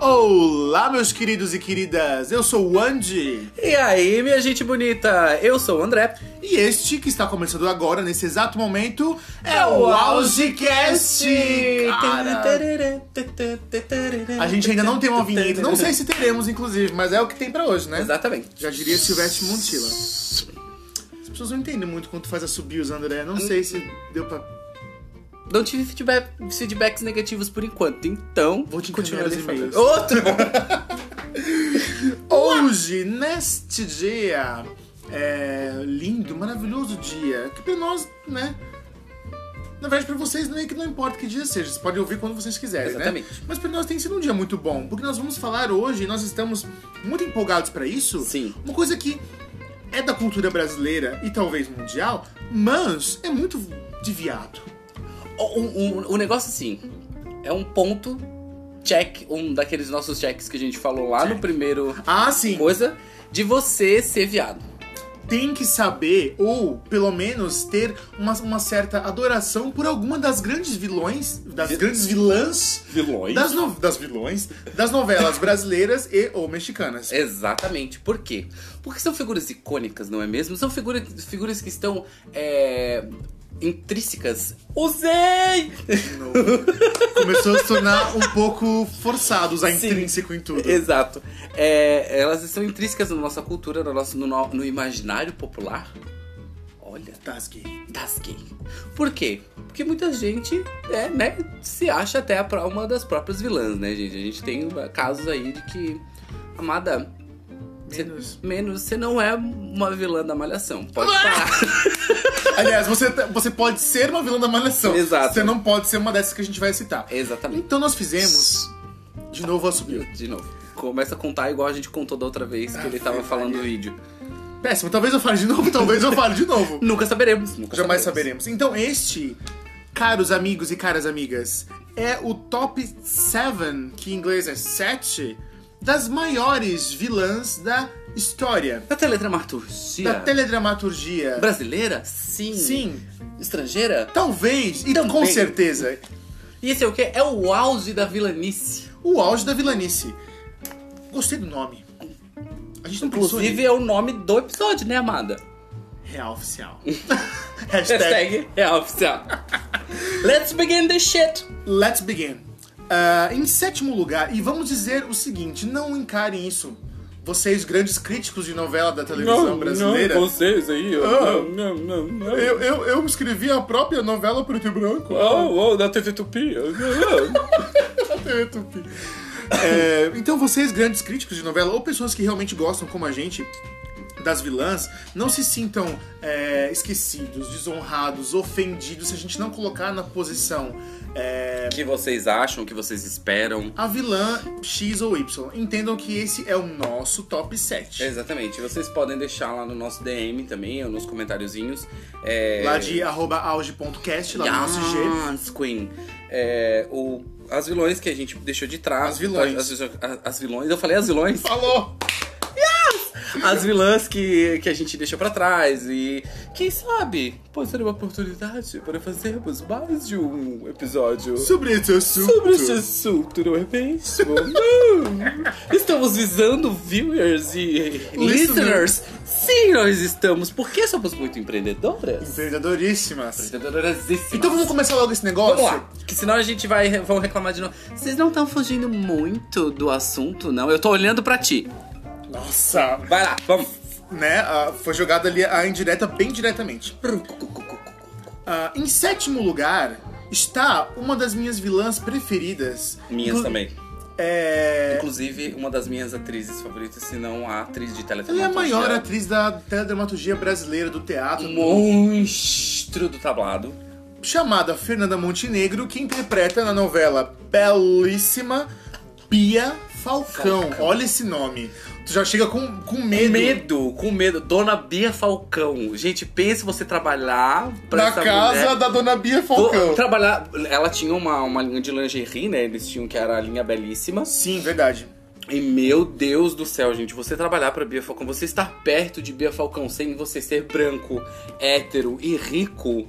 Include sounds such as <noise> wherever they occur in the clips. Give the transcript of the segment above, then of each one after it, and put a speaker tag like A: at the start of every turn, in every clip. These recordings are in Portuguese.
A: Olá, meus queridos e queridas! Eu sou o Andy
B: E aí, minha gente bonita, eu sou o André.
A: e este que está começando agora, nesse exato momento, é
B: É
A: o
B: o
A: AugeCast! Cara, A gente ainda não tem uma vinheta, não sei se teremos, inclusive, mas é o que tem pra hoje, né?
B: Exatamente.
A: Já diria Silvestre Montila. As pessoas não entendem muito quando tu faz assobios, André. né? Não sei se deu pra.
B: Não tive feedback- feedbacks negativos por enquanto, então.
A: Vou te
B: continuar
A: encaminhar os
B: defendendo.
A: e-mails. <laughs>
B: Outro!
A: Hoje, neste dia é, lindo, maravilhoso dia, que pra nós, né? Na verdade, pra vocês nem que não importa que dia seja, vocês podem ouvir quando vocês quiserem, né?
B: Exatamente.
A: Mas pra nós tem sido um dia muito bom, porque nós vamos falar hoje, e nós estamos muito empolgados pra isso.
B: Sim.
A: Uma coisa que é da cultura brasileira e talvez mundial, mas é muito de viado.
B: O, o- o- o negócio assim, é um ponto check, um daqueles nossos checks que a gente falou lá no primeiro
A: Ah, sim.
B: coisa, de você ser viado.
A: tem que saber, ou pelo menos ter uma, uma certa adoração por alguma das grandes vilões, das
B: Vi-
A: grandes vilãs,
B: Vilões?
A: das, no- das vilões, das novelas brasileiras e ou
B: É
A: mexicanas.
B: Exatamente. Por quê? Porque são figuras icônicas, não é mesmo? São figura, figuras que estão é, intrínsecas. Usei!
A: No- <laughs> Começou a se tornar um pouco forçado usar
B: Sim.
A: intrínseco em tudo.
B: Exato. É, elas estão intrínsecas na nossa cultura, no, nosso, no, no- no imaginário popular. Olha,
A: Tasky.
B: das gay. Por quê? Porque muita gente é, né, se acha até a pró- uma das próprias vilãs, né, gente? A gente tem casos aí de que, amada, cê-
A: Menos.
B: menos você não é uma vilã da malhação. Pode parar.
A: Aliás, você, tá- você pode ser uma vilã da malhação.
B: Exato.
A: Você não pode ser uma dessas que a gente vai citar.
B: Exatamente.
A: Então nós fizemos. De novo a subir.
B: De novo. Começa a contar igual a gente contou da outra vez que
A: Ah,
B: ele tava
A: Maria.
B: falando do vídeo.
A: Péssimo, talvez eu fale de novo, talvez eu fale de novo.
B: Nunca saberemos. Nunca
A: Jamais saberemos. Então, este, caros amigos e caras amigas, é o top 7, que em inglês é 7, das maiores vilãs da história,
B: Da teledramaturgia.
A: da teledramaturgia.
B: Brasileira? Sim.
A: Sim,
B: Estrangeira?
A: talvez, e
B: Também.
A: com certeza,
B: E esse é o quê? É o auge da vilanice.
A: o auge da vilanice. Gostei do nome. A gente não pensou
B: Inclusive é o nome do episódio, né, amada?
A: em real oficial. <laughs> Hashtag
B: Hashtag
A: <laughs>
B: é oficial. Let's begin this shit.
A: Let's begin. Ah, em sétimo lugar, e vamos dizer o seguinte: não encarem isso. Vocês, grandes críticos de novela da televisão brasileira.
B: vocês aí.
A: Ah.
B: não, não, não.
A: eu, eu, eu escrevi a própria novela preto e branco.
B: Oh, oh, da TV Tupi.
A: É, Tupi. É, então, vocês, grandes críticos de novela, ou pessoas que realmente gostam, como a gente, das vilãs, não se sintam é, esquecidos, desonrados, ofendidos se a gente não colocar na posição. é,
B: <laughs> O que vocês acham, o que vocês esperam?
A: a vilã X ou Y. Entendam que esse é o nosso top 7.
B: Exatamente. Vocês podem deixar lá no nosso DM também, ou nos comentáriozinhos. É...
A: Lá de arroba auge.cast, lá no nosso G.
B: Yes, Queen. É, o, as vilões que a gente deixou de trás.
A: As vilões.
B: As, as- as vilões. Eu falei
A: <laughs>
B: as vilões.
A: Falou!
B: As vilãs que, que a gente deixou pra trás. E quem sabe pode ser uma oportunidade para fazermos mais de um episódio.
A: Sobre esse assunto.
B: Sobre esse assunto, não é <laughs> mesmo? Hum. estamos visando viewers e listeners. Sim, nós estamos, porque somos muito empreendedoras.
A: Verdadoríssimas.
B: Empreendedoras.
A: Então vamos começar logo esse negócio?
B: Vamos lá, que senão a gente vai vão reclamar de novo. Vocês não estão fugindo muito do assunto, não? Eu tô olhando pra ti.
A: Nossa!
B: Vai lá, vamos.
A: Né? ah, foi jogada ali a indireta bem diretamente. Ah, em sétimo lugar está uma das minhas vilãs preferidas.
B: Minhas
A: Inclu-
B: também.
A: É.
B: Inclusive, uma das minhas atrizes favoritas, se não a atriz de
A: Ela é
B: teledramaturgia.
A: a maior atriz da teledramaturgia brasileira, do teatro, do
B: Monstro do tablado.
A: chamada Fernanda Montenegro, que interpreta na novela belíssima Bia Falcão. Olha esse nome. Tu já chega com, com medo.
B: Medo, com medo. Dona Bia Falcão. Gente, pense você trabalhar pra
A: Na
B: essa
A: casa
B: mulher.
A: da dona Bia
B: Do-
A: Falcão.
B: Trabalhar. Ela tinha uma, uma linha de lingerie, né? Eles tinham que era a linha belíssima.
A: Sim, verdade.
B: E meu Deus do céu, gente, você trabalhar pra Bia Falcão, você estar perto de Bia Falcão sem você ser branco, hétero e rico,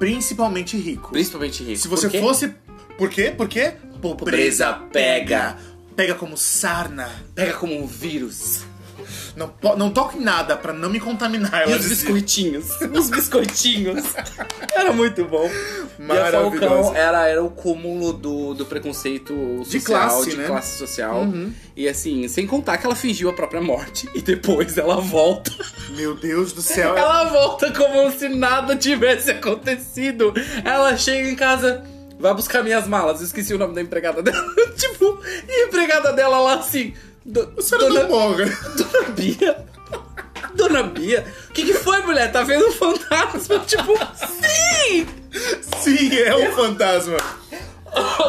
A: Principalmente rico.
B: principalmente rico.
A: Se você
B: Por quê?
A: fosse. Por quê? Por quê? Pobreza pega. Pega como sarna.
B: Pega como um vírus.
A: Não, po- não toque em nada pra não me contaminar.
B: E
A: Ela
B: os
A: dizia.
B: biscoitinhos.
A: <laughs>
B: Os biscoitinhos. Era muito bom. E a Falcão
A: Maravilhosa.
B: era, era o cúmulo do, do preconceito social, de classe,
A: classe, né?
B: social. E assim, sem contar que ela fingiu a própria morte. <laughs> E depois ela volta.
A: Meu Deus do céu. é
B: Ela volta como se nada tivesse acontecido. Ela chega em casa, vai buscar minhas malas. Esqueci o nome da empregada <laughs> dela. tipo, e a empregada dela lá assim. do-
A: A senhora
B: dona,
A: não morre.
B: Dona Bia? Dona Bia? O que, que foi, mulher? Tá vendo um fantasma? <laughs> Tipo, sim!
A: Sim, é um fantasma.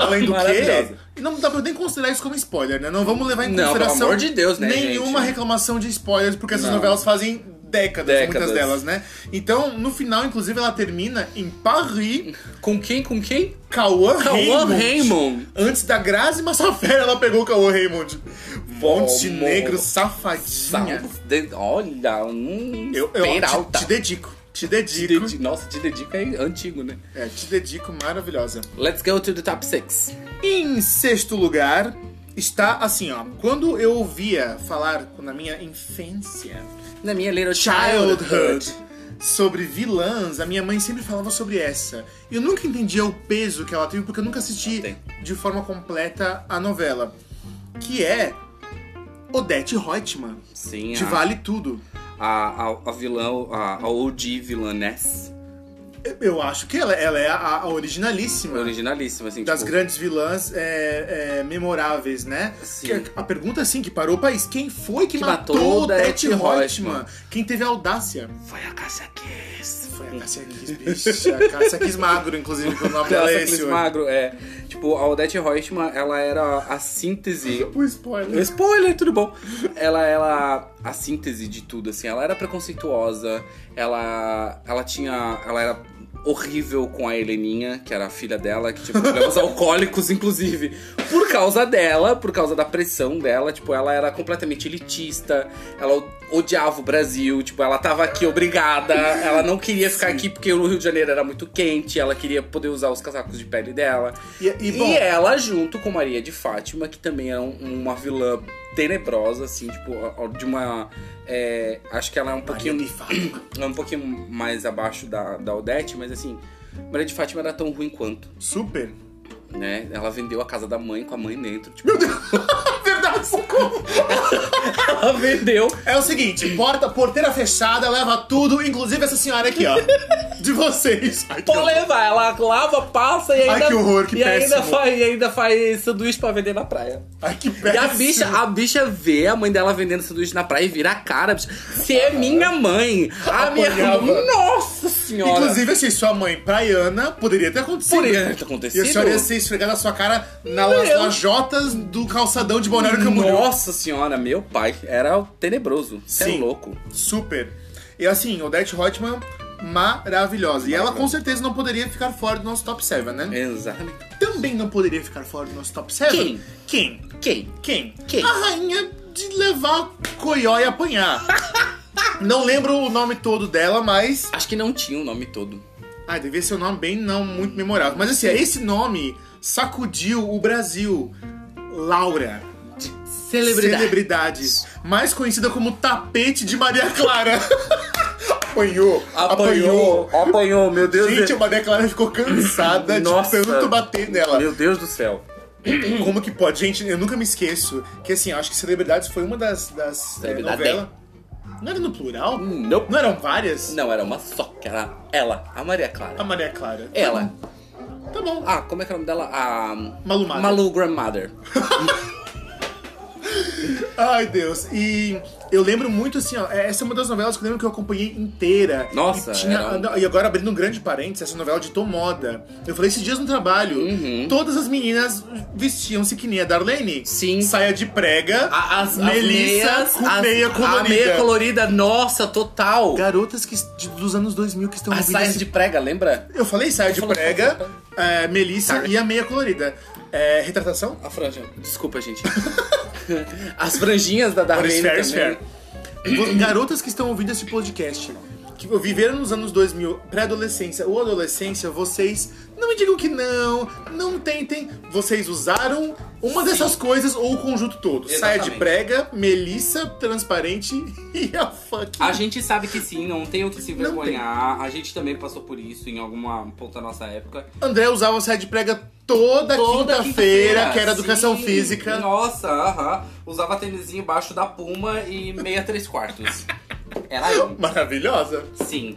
A: Além do
B: Maravilhosa.
A: que, não dá pra nem considerar isso como spoiler, né? Não vamos levar em
B: Não,
A: consideração
B: pelo amor de Deus, né,
A: nenhuma
B: gente?
A: reclamação de spoilers, porque essas
B: Não.
A: novelas fazem décadas,
B: Décadas.
A: muitas delas, né? Então, no final, inclusive, ela termina em Paris,
B: Com quem? Com quem?
A: Cauã
B: Cauã
A: Raymond.
B: Raymond.
A: Antes da Grazi Massafera, ela pegou o Cauã Raymond. Montenegro, safadinha.
B: De- Olha, um
A: Eu, eu te,
B: peralta.
A: te dedico, te dedico.
B: Te dedi- Nossa, te dedica é antigo, né?
A: É, te dedico, maravilhosa.
B: Let's go to the top 6.
A: Em sexto lugar está assim, ó. Quando eu ouvia falar na minha infância,
B: Na minha little
A: childhood, sobre vilãs, a minha mãe sempre falava sobre essa. Eu nunca entendia o peso que ela teve porque eu nunca assisti
B: Tem.
A: de forma completa a novela, que é Odette Reutemann,
B: Sim,
A: de
B: a,
A: Vale Tudo.
B: a, a, a vilã, a, a OG vilãs
A: Eu- Eu acho que ela, ela é a, a originalíssima.
B: originalíssima, assim,
A: das
B: tipo,
A: grandes vilãs é, é, memoráveis, né?
B: Sim.
A: Que- a pergunta, assim, que parou o país. Quem foi que,
B: Que matou
A: matou, Odete
B: Odete Reutemann?
A: Reutemann? Quem teve a audácia?
B: Foi a Cássia Kiss.
A: Foi a Cássia Kiss, bicho. A Cássia Kiss Magro, inclusive, que o nome dela é
B: Cássia
A: esse.
B: Kiss
A: hoje.
B: magro, é. Tipo, a Odete Reutemann, ela era a síntese...
A: O spoiler.
B: Spoiler, tudo bom. Ela era a síntese de tudo, assim. Ela era preconceituosa, ela, ela tinha... Ela era horrível com a Heleninha, que era a filha dela, que tinha problemas <laughs> alcoólicos, inclusive. Por causa dela, por causa da pressão dela, tipo, ela era completamente elitista, ela odiava o Brasil, tipo, ela tava aqui obrigada, ela não queria ficar aqui porque o Rio de Janeiro era muito quente, ela queria poder usar os casacos de pele dela.
A: E,
B: E,
A: e, bom,
B: ela junto com Maria de Fátima, que também era um- uma vilã tenebrosa, assim, tipo, a- a- de uma. é, acho que ela é um
A: Maria
B: pouquinho.
A: de Fátima.
B: é um pouquinho mais abaixo da, da Odete, mas assim, Maria de Fátima era tão ruim quanto,
A: Super.
B: né? Ela vendeu a casa da mãe com a mãe dentro. Tipo,
A: Verdade, socorro.
B: <laughs> ela vendeu.
A: É o seguinte, porta, porteira fechada, leva tudo, inclusive essa senhora aqui, ó. De vocês. Ai, que
B: Pode levar, ela lava, passa e
A: Ai,
B: ainda.
A: que horror, que
B: e ainda
A: péssimo.
B: faz, e ainda faz sanduíche pra vender na praia.
A: Ai, que
B: E a
A: péssimo.
B: bicha, a bicha vê a mãe dela vendendo sanduíche na praia e vira a cara. bicha. Se é minha mãe, a minha
A: Apanhava.
B: mãe. Nossa senhora!
A: Inclusive, assim, sua mãe praiana poderia ter acontecido.
B: Poderia né? ter
A: E
B: acontecido.
A: a senhora ia ser esfregada a sua cara na-
B: Não,
A: nas
B: eu-
A: lajotas do calçadão de Balneário Camboriú.
B: Nossa senhora, meu pai. Era tenebroso. Você é
A: Sim.
B: louco.
A: Super. E assim, Odette Reutemann, maravilhosa. E ela com certeza não poderia ficar fora do nosso top 7, né?
B: Exatamente.
A: Também não poderia ficar fora do nosso top 7.
B: Quem?
A: Quem?
B: Quem?
A: Quem?
B: Quem?
A: A rainha de levar coió e
B: <laughs>
A: apanhar. não lembro o nome todo dela, mas
B: Acho que não tinha o nome todo.
A: Ah, devia ser um nome bem não muito memorável. Mas assim, esse nome sacudiu o Brasil. Laura.
B: Celebridade.
A: Celebridades. Mais conhecida como Tapete de Maria Clara. <laughs> apanhou. Apanhou.
B: Apanhou, apanhou, meu Deus do
A: Gente, a
B: céu.
A: Maria Clara ficou cansada
B: Nossa.
A: de tanto bater nela.
B: Meu Deus do céu.
A: Como que pode? Gente, eu nunca me esqueço que assim, eu acho que Celebridades foi uma das, das eh,
B: Celebridade.
A: novelas. Não era no plural?
B: Não.
A: Não eram várias?
B: Hum, Não, era uma só, que era ela, a Maria Clara.
A: A Maria Clara.
B: Ela.
A: Tá bom.
B: Ah, como é que é o nome dela? A.
A: Malu Mader.
B: Malu Grandmother.
A: Ai, Deus. E eu lembro muito, assim, ó. Essa é uma das novelas que eu lembro que eu acompanhei inteira.
B: Nossa,
A: E, tinha-
B: era um-
A: não, e agora, abrindo um grande parênteses, essa novela ditou moda. Eu falei esses dias no trabalho.
B: Uhum.
A: Todas as meninas vestiam-se que nem a Darlene.
B: Sim.
A: Saia de prega,
B: A- as, as
A: melissa
B: meias,
A: com
B: as-
A: meia colorida.
B: A meia colorida, nossa, total.
A: Garotas que, de- dos anos 2000 que estão
B: As
A: ouvindo
B: saias
A: esse...
B: de prega, lembra?
A: Eu falei saia de
B: falou-
A: prega, é, melissa
B: Tá.
A: e a meia colorida. É, retratação?
B: A franja. Desculpa, gente. <laughs> as franjinhas da Darlene
A: é Fair
B: também.
A: is fair. Vo- Garotas que estão ouvindo esse podcast, que viveram nos anos 2000, pré-adolescência ou adolescência, vocês não me digam que não, não tentem. Vocês usaram Uma dessas coisas ou o conjunto todo. Saia de
B: Exatamente.
A: prega, melissa, transparente <laughs> e a fucking...
B: A gente sabe que sim, não tem o que se
A: Não tem.
B: vergonhar. A gente também passou por isso em alguma ponta da nossa época.
A: André usava saia de prega toda,
B: Toda
A: quinta-feira, que era
B: sim.
A: educação física.
B: Nossa, aham. Usava tênisinho baixo da puma e meia três quartos. Era eu.
A: Maravilhosa.
B: Sim.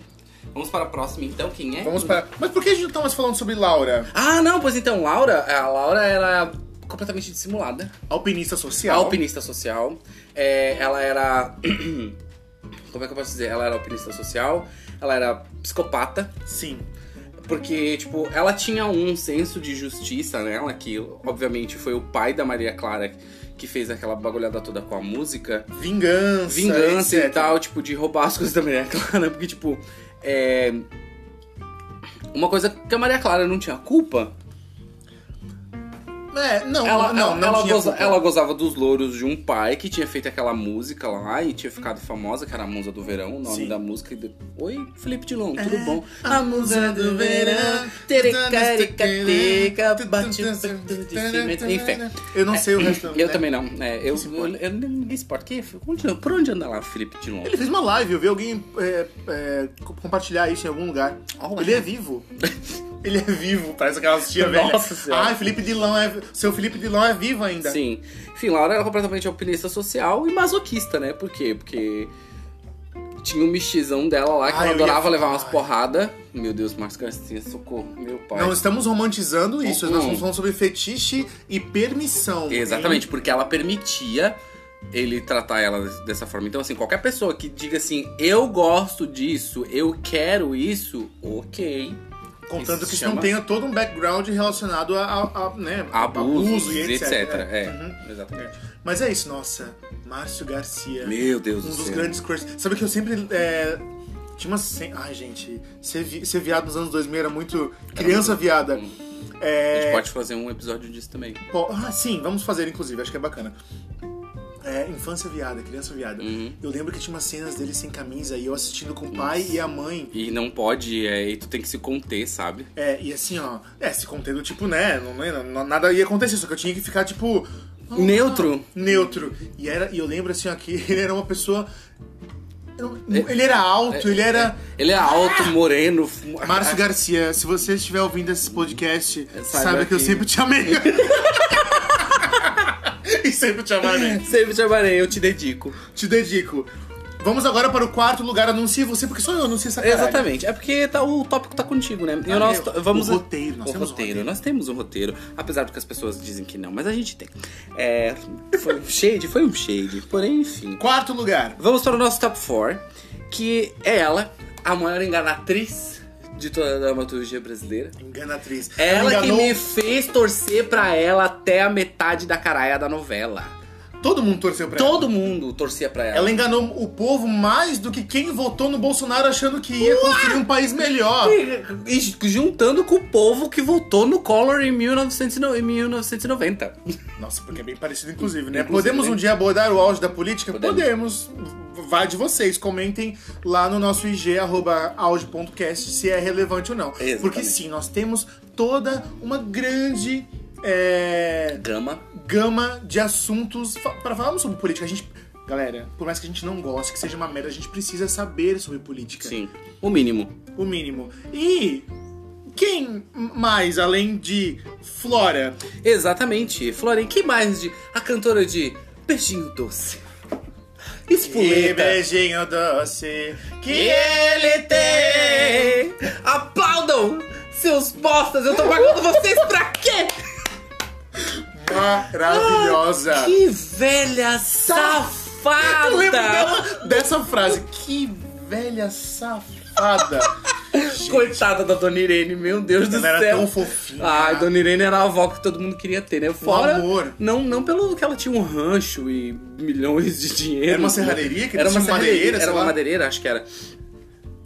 B: Vamos para a próxima então, quem é?
A: Vamos para... Mas por que a gente não tá mais falando sobre Laura?
B: Ah, não, pois então, Laura, a Laura era completamente dissimulada.
A: Alpinista social.
B: Alpinista social. É, ela era. <clears throat> Como é que eu posso dizer? Ela era alpinista social, ela era psicopata.
A: Sim.
B: Porque, tipo, ela tinha um senso de justiça nela, que obviamente foi o pai da Maria Clara que fez aquela bagulhada toda com a música.
A: Vingança,
B: Vingança
A: etc.
B: e tal, tipo, de roubar as coisas da Maria <laughs> Clara. Porque, tipo, é. Uma coisa que a Maria Clara não tinha culpa
A: É, não,
B: ela,
A: não,
B: ela,
A: não
B: ela
A: tinha
B: goza-
A: culpa.
B: ela gozava dos louros de um pai que tinha feito aquela música lá e tinha ficado famosa, que era a Musa do Verão, o nome
A: Sim. É,
B: da música. e de- Oi, Felipe Dilon, tudo bom?
A: a musa do verão,
B: terecaricateca, bate o peito de cimento. Enfim. É,
A: Eu não sei o resto.
B: Eu
A: né?
B: também não. É, eu,
A: se
B: eu,
A: importa.
B: eu- ninguém se importa. Que- onde- Por onde anda lá, Felipe Dilon?
A: Ele fez uma live, eu vi alguém é, é, co- compartilhar isso em algum lugar.
B: Olha.
A: Ele é vivo.
B: <laughs>
A: Ele é vivo, parece aquelas tia velha.
B: Nossa Senhora.
A: Ai, Felipe Dilão é. Seu Felipe Dilão é vivo ainda.
B: Sim. Enfim, Laura era completamente alpinista social e masoquista, né? Por quê? Porque tinha um mexizão dela lá que
A: Ah,
B: ela
A: eu ia
B: adorava
A: falar.
B: levar umas porradas. Meu Deus, Marcos Garcia, socorro. Meu pai.
A: Não estamos romantizando isso,
B: Uhum.
A: nós estamos falando sobre fetiche e permissão.
B: Exatamente, porque ela permitia ele tratar ela dessa forma. Então, assim, qualquer pessoa que diga assim, eu gosto disso, eu quero isso, ok.
A: hein? Contanto
B: Isso
A: que isso
B: chama-
A: não tenha todo um background relacionado a, a- a, né,
B: Abusos,
A: abuso e etc.
B: É,
A: Uhum.
B: exatamente.
A: Mas é isso, nossa. Márcio Garcia.
B: Meu Deus
A: Um
B: do
A: dos
B: céu.
A: grandes crushes. Sabe que eu sempre. é, tinha uma. cen- Ai, gente. Ser, vi- ser viado nos anos 2000 era muito. Criança viada.
B: Uhum. A gente
A: É.
B: pode fazer um episódio disso também.
A: po- ah, sim, vamos fazer, inclusive. Acho que é bacana. É, infância viada, criança viada.
B: Uhum.
A: Eu lembro que tinha umas cenas dele sem camisa e eu assistindo com o pai e a mãe.
B: E não pode, é, e tu tem que se conter, sabe?
A: É, e assim, ó. É, se contendo, tipo, né? Não, não- não- nada ia acontecer, só que eu tinha que ficar, tipo. ah,
B: Neutro.
A: neutro. E, era, e eu lembro, assim, ó, que <laughs> ele era uma pessoa. Ele era alto, ele era.
B: Ele é alto, moreno. fu-
A: Márcio Garcia, se você estiver ouvindo esse podcast,
B: Saiba
A: saiba que eu
B: que-
A: sempre te amei. <laughs> e sempre te amarei.
B: <laughs> Sempre te amarei, eu te dedico.
A: Te dedico. Vamos agora para o quarto lugar. Anuncie você, porque só eu anuncio essa caralho.
B: Exatamente. É porque tá, o tópico tá contigo, né? E
A: Ah,
B: o nosso,
A: meu,
B: vamos
A: o roteiro, nós
B: o
A: temos um
B: roteiro.
A: roteiro.
B: Nós temos um roteiro, apesar do que as pessoas dizem que não, mas a gente tem. É, foi um shade? Foi um shade. Porém, enfim.
A: Quarto lugar.
B: Vamos para o nosso top 4, que é ela, a maior enganatriz de toda a dramaturgia brasileira.
A: Enganatriz.
B: Ela que
A: Enganou
B: me fez torcer pra ela até a metade da caralha da novela.
A: Todo mundo torceu pra ela.
B: Todo mundo torcia pra ela.
A: Ela enganou o povo mais do que quem votou no Bolsonaro achando que ia construir um país melhor.
B: E juntando com o povo que votou no Collor em 1909 em 1990.
A: Nossa, porque é bem parecido, inclusive, né?
B: Inclusive,
A: Podemos
B: né?
A: um dia abordar o auge da política?
B: Podemos.
A: Podemos. Vá de vocês, comentem lá no nosso IG, arroba auge.cast, se é relevante ou não.
B: Exatamente.
A: Porque sim, nós temos toda uma grande é,
B: Gama.
A: gama de assuntos fa- para falarmos sobre política. A gente, galera, por mais que a gente não goste, que seja uma merda, a gente precisa saber sobre política.
B: Sim. O mínimo.
A: O mínimo. E quem mais, além de Flora,
B: Exatamente. Florin, que mais de. A cantora de Beijinho Doce.
A: Que
B: Espuleta.
A: beijinho doce que
B: Que
A: é.
B: ele tem. Aplaudam, seus bostas. Eu tô pagando vocês pra quê?
A: maravilhosa.
B: Que velha safada.
A: Eu lembro dela, dessa frase. Que velha safada.
B: Coitada da Dona Irene, meu Deus do
A: Ela era
B: céu.
A: tão fofinha. Um
B: Ai, Dona Irene era a avó que todo mundo queria ter, né? Fora.
A: amor.
B: Não, não pelo que ela tinha um rancho e milhões de dinheiro.
A: Era uma serralheria que
B: Era uma
A: tinha uma madeireira,
B: serralheria.
A: sei
B: Era uma
A: lá.
B: madeireira, acho que era.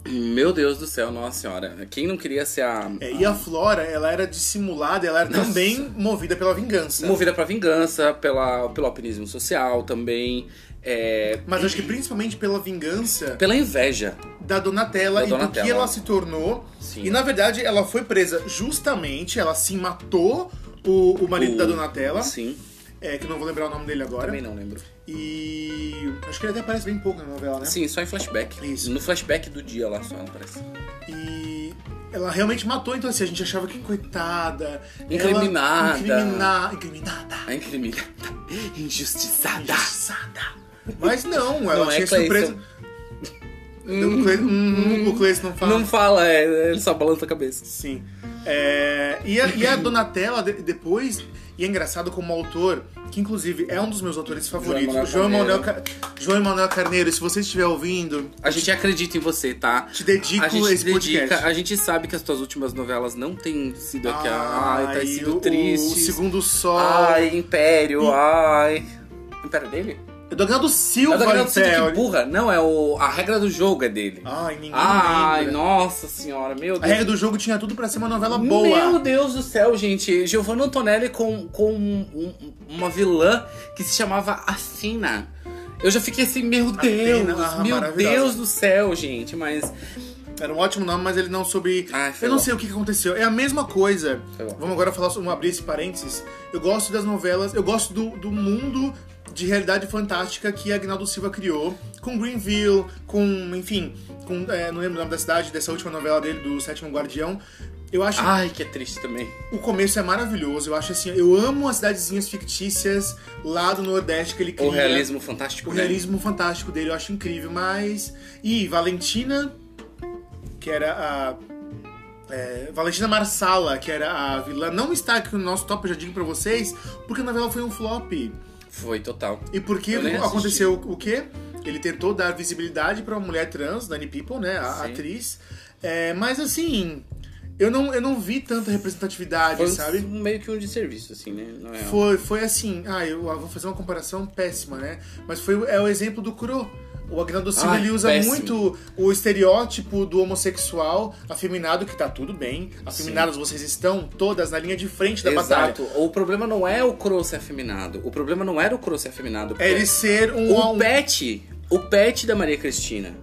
B: Meu Deus do céu, nossa senhora. Quem não queria ser a.
A: É, e a Flora, ela era dissimulada, ela era também movida pela vingança.
B: Movida pra vingança, pela, pelo alpinismo social também. é,
A: Mas acho que principalmente pela vingança
B: pela inveja.
A: da Donatella
B: Da
A: e do
B: Donatella.
A: que ela se tornou.
B: Sim.
A: E na verdade, ela foi presa justamente, ela se matou o, o marido
B: O-
A: da Donatella.
B: Sim.
A: é, que eu não vou lembrar o nome dele agora.
B: Também não lembro.
A: E acho que ele até aparece bem pouco na novela, né?
B: Sim, só em flashback.
A: Isso.
B: No flashback do dia lá só, não parece.
A: E ela realmente matou, então assim, a gente achava que coitada. ela-
B: Incriminada.
A: incrimina- incriminada.
B: A <laughs> incriminada. Injustiçada.
A: Injustiçada. Mas não, ela
B: Não é
A: tinha
B: Clayson.
A: surpresa. O Clay- hum, o Clayson não fala.
B: Não fala, é, ele só balança a cabeça.
A: Sim. É, e, a, e
B: <clears throat>
A: a Donatella de- depois, e é engraçado como autor, que inclusive é um dos meus autores favoritos,
B: João
A: João
B: Emanuel
A: Emanuel, Ca- João Emanuel Carneiro, se você estiver ouvindo,
B: A gente acredita em você, tá?
A: te dedico
B: A gente,
A: esse podcast.
B: dedica, a gente sabe que as tuas últimas novelas não têm sido aqui. ai, tá
A: Ai,
B: sido
A: o- O
B: triste.
A: segundo sol.
B: Ai, Império, ai. Império dele?
A: É do Agnaldo Silva,
B: É da Grande
A: Intel.
B: City que burra. Não, é o. A regra do jogo é dele.
A: Ai, ninguém
B: Ai,
A: lembra.
B: nossa senhora, meu
A: A
B: Deus.
A: regra do jogo tinha tudo pra ser uma novela boa.
B: Meu Deus do céu, gente. Giovanna Antonelli com, com um- um- uma vilã que se chamava Afina. Eu já fiquei assim, meu Deus,
A: ah,
B: meu
A: maravilhosa.
B: Deus do céu, gente. Mas
A: Era um ótimo nome, mas ele não soube.
B: Ai, foi
A: eu não
B: bom.
A: sei o que que aconteceu. É a mesma coisa.
B: Foi bom.
A: Vamos agora falar sobre vamos abrir esse parênteses. Eu gosto das novelas, eu gosto do, do mundo de realidade fantástica que Agnaldo Silva criou, com Greenville, com, enfim, com, é, não lembro o nome da cidade, dessa última novela dele, do Sétimo Guardião. Eu acho
B: Ai, que é triste também.
A: O começo é maravilhoso, eu acho assim, eu amo as cidadezinhas fictícias lá do Nordeste que ele cria.
B: O realismo fantástico,
A: O
B: né?
A: realismo fantástico dele, eu acho incrível, mas. E Valentina, que era a. é, Valentina Marsala, que era a vilã, não está aqui no nosso top, eu já digo pra vocês, porque a novela foi um flop.
B: Foi total.
A: E porque
B: Eu nem assisti.
A: aconteceu o quê? Ele tentou dar visibilidade pra uma mulher trans, Dani People, né? A
B: Sim.
A: atriz. É, mas assim, eu não, eu não vi tanta representatividade,
B: Foi um-
A: sabe?
B: meio que um desserviço, assim, né? Não é
A: Foi, foi assim, ah, eu vou fazer uma comparação péssima, né? Mas foi, é o exemplo do Cro. O Agnaldo Silva
B: Ai,
A: ele usa
B: Ah, péssimo.
A: muito o estereótipo do homossexual afeminado, que tá tudo bem. Afeminadas vocês estão todas na linha de frente da batalha.
B: Exato. O problema não é o Crow ser afeminado. O problema não era o Crow ser afeminado.
A: É ele ser um.
B: O
A: um-
B: pet, o pet da Maria Cristina.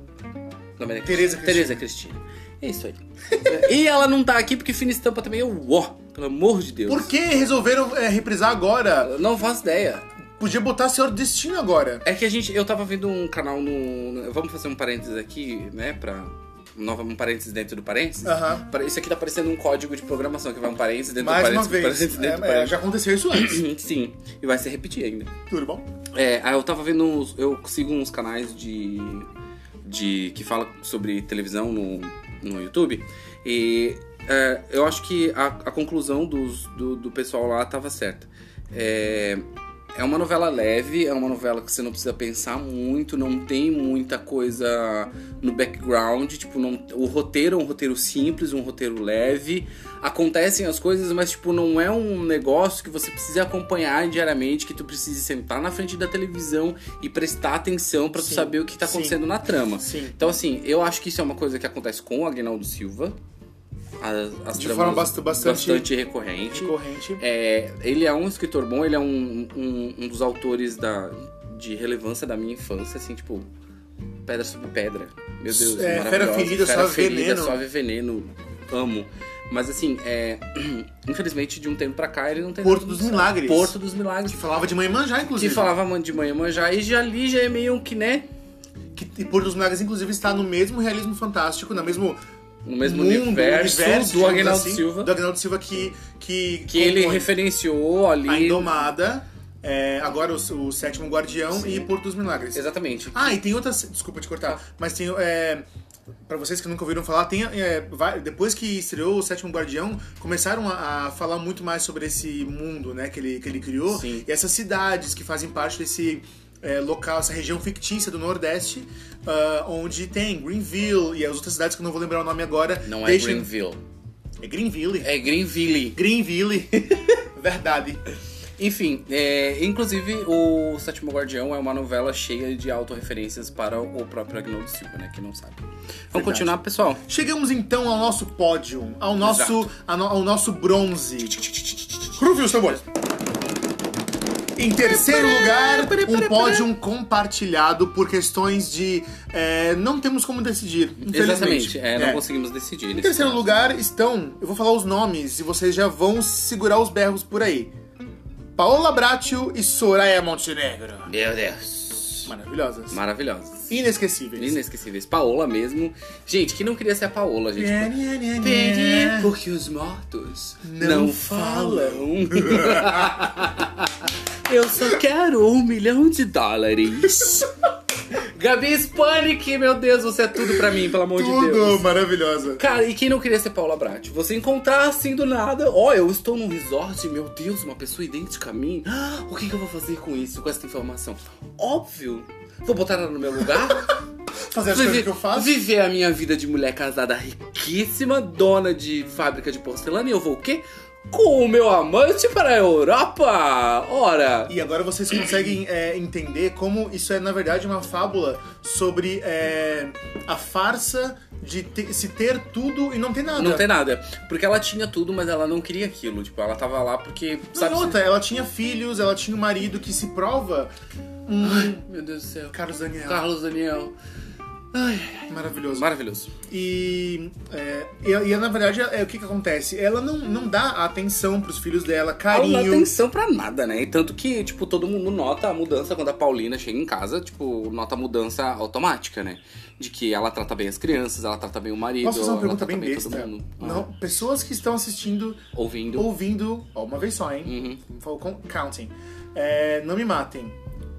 B: Da Maria
A: Tereza
B: Tereza Cristina. É isso aí. <laughs> e ela não tá aqui porque fina estampa também é o ó, pelo amor de Deus.
A: Por que resolveram é, reprisar agora?
B: Eu Não faço ideia.
A: Podia botar Senhor Destino agora.
B: É que a gente. Eu tava vendo um canal no. no- Vamos fazer um parênteses aqui, né? Pra. Nova, um parênteses dentro do parênteses.
A: Aham.
B: Pra- Isso aqui tá parecendo um código de programação que vai um parênteses dentro
A: Mais
B: do
A: uma
B: parênteses.
A: vez.
B: parênteses dentro do
A: É, é,
B: parênteses.
A: já aconteceu isso antes.
B: Sim, e vai se repetir ainda.
A: Tudo bom?
B: É, aí eu tava vendo uns, eu sigo uns canais de de que fala sobre televisão no, no YouTube e é, eu acho que a, a conclusão dos, do, do pessoal lá tava certa. É, é uma novela leve, é uma novela que você não precisa pensar muito, não tem muita coisa no background, tipo, não, o roteiro é um roteiro simples, um roteiro leve. Acontecem as coisas, mas tipo, não é um negócio que você precisa acompanhar diariamente, que tu precise sentar na frente da televisão e prestar atenção pra tu
A: Sim,
B: saber o que tá
A: sim.
B: acontecendo na trama.
A: Sim.
B: Então, assim, eu acho que isso é uma coisa que acontece com o Agnaldo Silva. As, as
A: De
B: tramas
A: forma bast- bastante-
B: assim, bastante recorrente.
A: Recorrente.
B: É, ele é um escritor bom, ele é um, um- um dos autores da, de relevância da minha infância, assim, tipo, pedra sobre pedra. Meu Deus,
A: É,
B: maravilhosa.
A: Fera Ferida,
B: Fera
A: Suave
B: Ferida,
A: Veneno.
B: Suave Veneno, amo. Mas assim, é, <clears throat> infelizmente de um tempo pra cá ele não tem...
A: Porto dos Milagres.
B: Porto dos Milagres.
A: Que falava de mãe manjar,
B: Que
A: inclusive.
B: falava de manhã manjar e já ali já é meio que, né,
A: Que- e Porto dos Milagres, inclusive, está no mesmo realismo fantástico, no mesmo,
B: no mesmo
A: mundo,
B: universo, do
A: digamos
B: Agnaldo
A: assim,
B: Silva.
A: Do Agnaldo Silva que. Que,
B: Que ele
A: compõe
B: referenciou ali...
A: A Indomada, é, agora o, o Sétimo Guardião
B: Sim.
A: e Porto dos Milagres.
B: Exatamente.
A: Ah, e tem outras. Desculpa te
B: Tá.
A: cortar, mas tem. É, pra vocês que nunca ouviram falar, tem, é, vai- depois que estreou o Sétimo Guardião, começaram a, a falar muito mais sobre esse mundo né, que, ele, que ele criou
B: Sim.
A: e essas cidades que fazem parte desse. é, local, essa região fictícia do Nordeste, ah, onde tem Greenville e as outras cidades que eu não vou lembrar o nome agora.
B: Não é
A: Deixem-
B: Greenville.
A: É Greenville.
B: É Greenville.
A: Greenville. <laughs> Verdade.
B: Enfim, é, inclusive o Sétimo Guardião é uma novela cheia de autorreferências para o próprio Agnaldo Silva, né? Que não sabe. Vamos continuar, pessoal.
A: Chegamos então ao nosso pódio, ao nosso, a no- ao nosso bronze. Rufem os tambores. Em terceiro lugar, um pódio compartilhado por questões de é, não temos como decidir, infelizmente.
B: Exatamente. É, não
A: É.
B: conseguimos decidir.
A: Em terceiro lugar estão, eu vou falar os nomes e vocês já vão segurar os berros por aí. Paola Bracho e Soraya Montenegro.
B: Meu Deus.
A: Maravilhosas.
B: Maravilhosos.
A: Inesquecíveis.
B: Inesquecíveis. Paola mesmo. Gente, que não queria ser a Paola, gente.
A: Nha, nha, nha,
B: Peri,
A: nha.
B: Porque os mortos
A: Não
B: É. não, falam. <laughs> Eu só quero um milhão de dólares. Gabi Hispanic, meu Deus, você é tudo pra mim, pelo amor de
A: Tudo
B: Deus.
A: maravilhosa.
B: Cara, e quem não queria ser Paula Brat? Você encontrar assim do nada, ó, eu estou num resort, meu Deus, uma pessoa idêntica a mim. <gasps> Ah, O que, que eu vou fazer com isso, com essa informação? Óbvio. Vou botar ela no meu lugar?
A: Fazer as coisas que eu faço.
B: Viver a minha vida de mulher casada riquíssima, dona de fábrica de porcelana, e eu vou o quê? Com o meu amante para a Europa! Ora!
A: E agora vocês conseguem é, entender como isso é, na verdade, uma fábula sobre é, a farsa de te- se ter tudo e não ter nada.
B: Não tem nada. Porque ela tinha tudo, mas ela não queria aquilo. Tipo, ela tava lá porque.
A: Sabe
B: Sabe?
A: outra, ela tinha filhos, ela tinha um marido que se prova. Hum,
B: Meu Deus do céu.
A: Carlos Daniel,
B: Carlos Daniel. Ai,
A: maravilhoso.
B: maravilhoso.
A: E, é, e, e, na verdade, é, o que, que acontece? Ela não, não dá atenção pros filhos dela,
B: Ela não dá
A: carinho.
B: atenção pra nada, né? E tanto que, tipo, todo mundo nota a mudança quando a Paulina chega em casa, tipo, nota a mudança automática, né? De que ela trata bem as crianças, ela trata bem o marido,
A: Posso fazer uma
B: ela
A: pergunta
B: trata
A: bem
B: bem
A: besta?
B: todo mundo. Ah,
A: Não, pessoas que estão assistindo,
B: Ouvindo.
A: ouvindo, ó, uma vez só, hein?
B: Uhum.
A: Vou com- Counting. É, não me matem.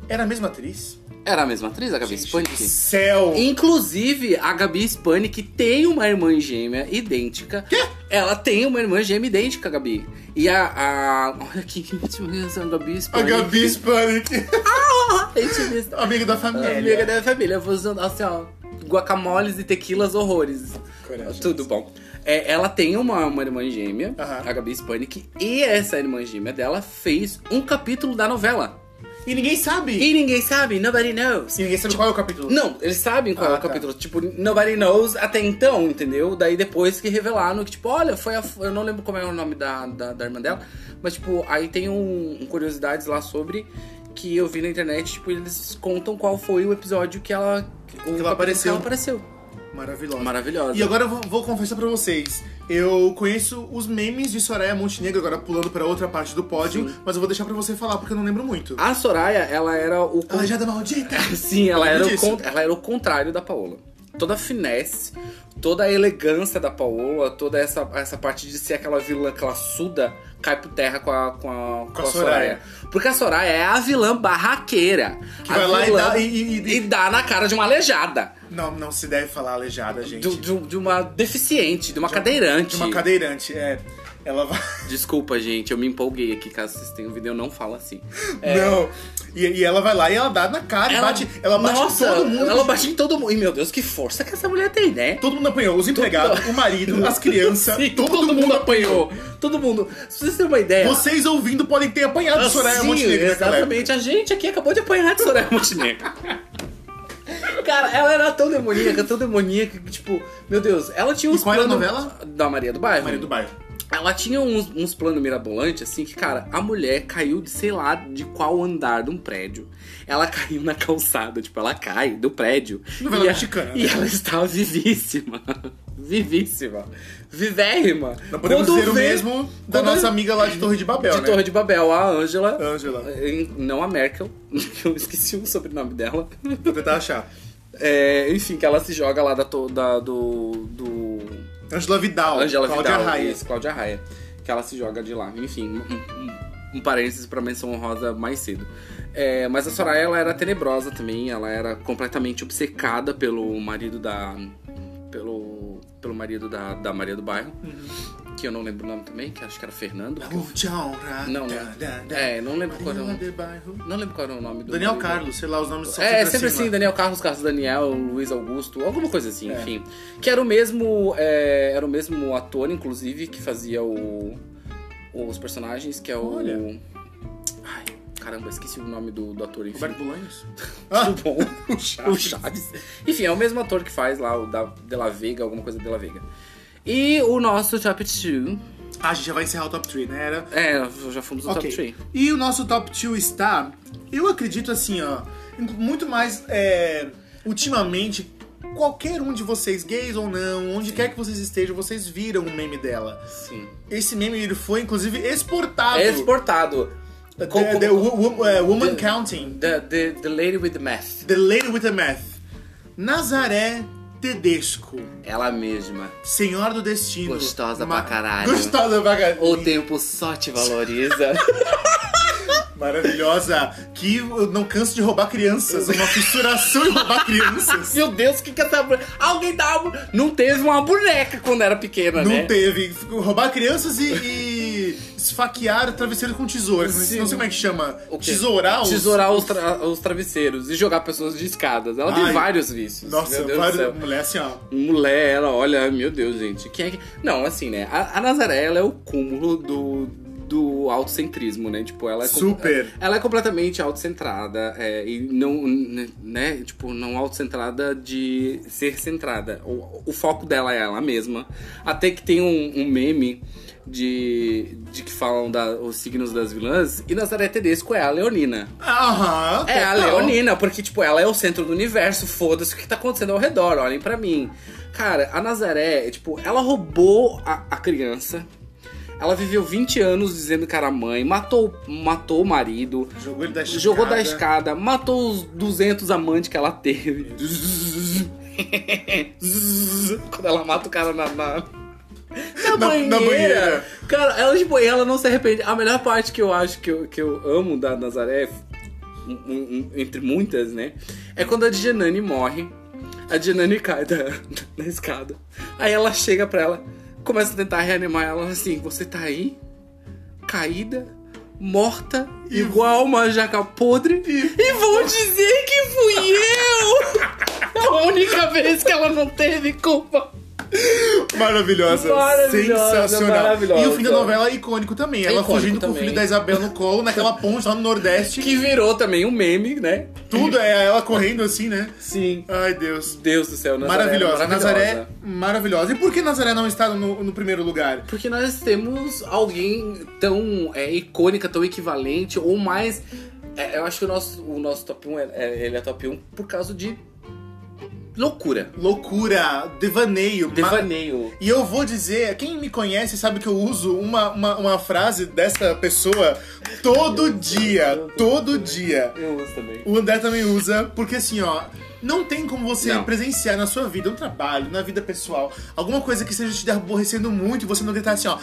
A: Era a mesma atriz?
B: Era a mesma atriz, a Gabi
A: Gente
B: Hispanic?
A: do Céu!
B: Inclusive, a Gabi Hispanic tem uma irmã gêmea idêntica. Quê? Ela tem uma irmã gêmea idêntica, Gabi. E a. a... Olha que intimista, a Gabi
A: A
B: Hispanic.
A: Gabi Hispanic,
B: Ah, intimista.
A: amiga da família.
B: Amiga da minha família, usando assim, ó, guacamoles e tequilas horrores.
A: Coragem.
B: Tudo bom. É, ela tem uma, uma irmã gêmea,
A: Aham.
B: a Gabi Hispanic, e essa irmã gêmea dela fez um capítulo da novela.
A: E ninguém sabe.
B: E ninguém sabe, nobody knows.
A: E ninguém sabe qual é o capítulo.
B: Não, eles sabem qual
A: Ah,
B: é o
A: tá.
B: capítulo. Tipo, nobody knows até então, entendeu? Daí depois que revelaram que, tipo, olha, foi a. Eu não lembro como é o nome da, da, da irmã dela, mas, tipo, aí tem um, um curiosidades lá sobre que eu vi na internet, tipo, eles contam qual foi o episódio que ela. O capítulo que
A: apareceu.
B: Ela apareceu.
A: Maravilhosa.
B: Maravilhosa.
A: E agora eu vou, vou confessar pra vocês. Eu conheço os memes de Soraya Montenegro, agora pulando pra outra parte do pódio, mas eu vou deixar pra você falar porque eu não lembro muito.
B: A Soraya, ela era o.
A: Ela já é da maldita!
B: Sim, ela era, o
A: Disso.
B: con- ela era o contrário da Paola. Toda a finesse, toda a elegância da Paola, toda essa, essa parte de ser aquela vilã classuda, cai por terra com a, com a, com
A: a
B: a Soraya. Porque a Soraya é a vilã barraqueira.
A: Que
B: a
A: vai lá e
B: vilã-
A: dá- e- e- e-
B: e dá na cara de uma aleijada.
A: Não, não se deve falar aleijada, gente.
B: do- de, um- de uma deficiente, de uma cadeirante.
A: De uma cadeirante, é. Ela vai.
B: Desculpa, gente, eu me empolguei aqui. Caso vocês tenham vídeo, eu não falo assim.
A: Não. E, e ela vai lá e ela dá na cara, ela bate. Ela bate em
B: nossa,
A: todo mundo.
B: Ela bate em todo mundo. E meu Deus, que força que essa mulher tem, né?
A: Todo mundo apanhou. Os empregados, o marido, as crianças,
B: Sim,
A: todo, mundo apanhou.
B: Todo mundo. Se vocês terem uma ideia.
A: Vocês ouvindo podem ter apanhado
B: Ah,
A: é Soraya
B: sim,
A: Montenegro né, naquela época.
B: Exatamente. A gente aqui acabou de apanhar de
A: <laughs>
B: Soraya Montenegro. Cara, ela era tão demoníaca, tão demoníaca, que, tipo, meu Deus, ela tinha
A: E
B: uns
A: qual era a
B: planos-
A: novela?
B: Da Maria do Bairro.
A: Maria do bairro.
B: Ela tinha uns, uns planos mirabolantes, assim, que, cara, a mulher caiu de sei lá de qual andar de um prédio. Ela caiu na calçada, tipo, ela cai do prédio.
A: Novela
B: e, a-
A: mexicana,
B: e
A: né?
B: ela estava vivíssima. <laughs> Vivíssima. Vivérrima.
A: Não podemos
B: Quando
A: dizer o
B: vê-
A: mesmo da
B: quando-
A: nossa amiga lá de Torre de Babel,
B: de
A: né?
B: Torre de Babel, a Angela.
A: Angela.
B: Não a Merkel, <laughs> eu esqueci o sobrenome dela.
A: Vou tentar achar.
B: É, enfim, que ela se joga lá da, to- da- do. do
A: Angela Vidal.
B: Angela
A: Cláudia
B: Vidal.
A: Raia.
B: Isso, Cláudia Raia. Que ela se joga de lá. Enfim, um, um, um parênteses pra menção honrosa mais cedo. É, mas a Soraya, ela era tenebrosa também. Ela era completamente obcecada pelo marido da... Pelo, pelo marido da, da Maria do Bairro.
A: Uhum.
B: Que eu não lembro o nome também, que acho que era Fernando. porque eu-
A: Oh, tchau, ra,
B: Não,
A: da, da, da.
B: é, não lembro qual era o
A: Maria de
B: nome.
A: bairro.
B: Não lembro qual era o nome do
A: Daniel
B: marido.
A: Carlos, sei lá, os nomes são né?
B: É, sempre assim,
A: acima.
B: Daniel Carlos, Carlos Daniel, Luiz Augusto, alguma coisa assim,
A: É.
B: enfim. Que era o mesmo. é, era o mesmo ator, inclusive, que fazia o. Os personagens, que é o.
A: Olha.
B: Ai, caramba, esqueci o nome do, do ator, enfim.
A: Roberto Ah! Bolanhos.
B: Muito
A: <laughs>
B: bom. <laughs> o Chaves. Enfim, é o mesmo ator que faz lá, o da De La Vega, alguma coisa de La Vega. E o nosso top 2.
A: Ah, a gente já vai encerrar o top 3, né? Era...
B: É, já fomos no
A: Ok.
B: top 3.
A: E o nosso top 2 está, eu acredito assim, ó, muito mais é, ultimamente, qualquer um de vocês, gays ou não, onde quer que vocês estejam, vocês viram o meme dela.
B: Sim.
A: Esse meme ele foi, inclusive, exportado.
B: É exportado.
A: Ah, The,
B: Co- co-
A: the wo- wo- é, Woman Counting.
B: The, the, the Lady with the Math.
A: The Lady with the Math. Nazaré Tedesco.
B: Ela mesma.
A: Senhora do Destino.
B: Gostosa pra caralho.
A: Gostosa pra caralho.
B: O tempo só te valoriza.
A: Maravilhosa. Que eu não canso de roubar crianças. Uma fissuração em roubar crianças.
B: <laughs> Meu Deus, o que que essa... bu- Alguém dava... Não teve uma boneca quando era pequena,
A: Não
B: né?
A: teve. Roubar crianças e, e esfaquear travesseiro com tesoura.
B: Sim.
A: Não sei como é que chama.
B: O quê?
A: Tesourar os...
B: Tesourar os, tra- os travesseiros e jogar pessoas de escadas. Ela tem
A: Ai.
B: vários vícios.
A: Nossa,
B: meu Deus do
A: várias...
B: céu.
A: mulher assim, ó.
B: Mulher, ela olha, meu Deus, gente. Quem é que. Não, assim, né? A, a Nazaré, ela é o cúmulo do, do autocentrismo, né? Tipo, ela é. com-
A: Super.
B: Ela é completamente autocentrada. É, e não. n- Né? Tipo, não autocentrada de ser centrada. O, o foco dela é ela mesma. Até que tem um, um meme. De, de que falam da, os signos das vilãs, e Nazaré Tedesco é a Leonina.
A: Aham.
B: É, a
A: total.
B: Leonina, porque, tipo, ela é o centro do universo, foda-se o que tá acontecendo ao redor, olhem pra mim. Cara, a Nazaré, tipo, ela roubou a, a criança. Ela viveu 20 anos dizendo que era mãe, matou, matou o marido,
A: Jogou ele da escada.
B: jogou da escada, matou os 200 amantes que ela teve.
A: <laughs>
B: Quando ela mata o cara na. na... Na
A: Na-
B: banheira.
A: na banheira.
B: Cara, ela, tipo, ela não se arrepende. A melhor parte que eu acho que eu, que eu amo da Nazaré, um- um- um- entre muitas, né? É quando a Djanani morre. A Djanani cai da, da escada. Aí ela chega pra ela, começa a tentar reanimar ela assim: Você tá aí? Caída? Morta?
A: E-
B: Igual uma jaca podre?
A: E-
B: E vão dizer que fui eu! É A única vez que ela não teve culpa.
A: Maravilhosa.
B: Maravilhosa,
A: Sensacional.
B: maravilhosa.
A: E o fim da novela é icônico também. Ela
B: Icônico
A: fugindo com o
B: também.
A: filho da Isabel no colo, naquela ponte lá no Nordeste.
B: Que virou também um meme, né?
A: Tudo é ela correndo assim, né?
B: Sim.
A: Ai, Deus.
B: Deus do céu, Nazaré.
A: Maravilhosa.
B: é
A: Nazaré, maravilhosa. E por que Nazaré não está no, no primeiro lugar?
B: Porque nós temos alguém tão é, icônica, tão equivalente, ou mais. é, eu acho que o nosso, o nosso top 1 é, é- ele é top 1 por causa de loucura.
A: Loucura, devaneio. ma-
B: Devaneio.
A: E eu vou dizer, quem me conhece sabe que eu uso uma, uma, uma frase dessa pessoa todo dia. Todo dia.
B: Eu uso também.
A: O André também usa, porque assim, ó, não tem como você
B: Não.
A: presenciar na sua vida, no trabalho, na vida pessoal, alguma coisa que esteja te aborrecendo muito e você não gritar assim, ó.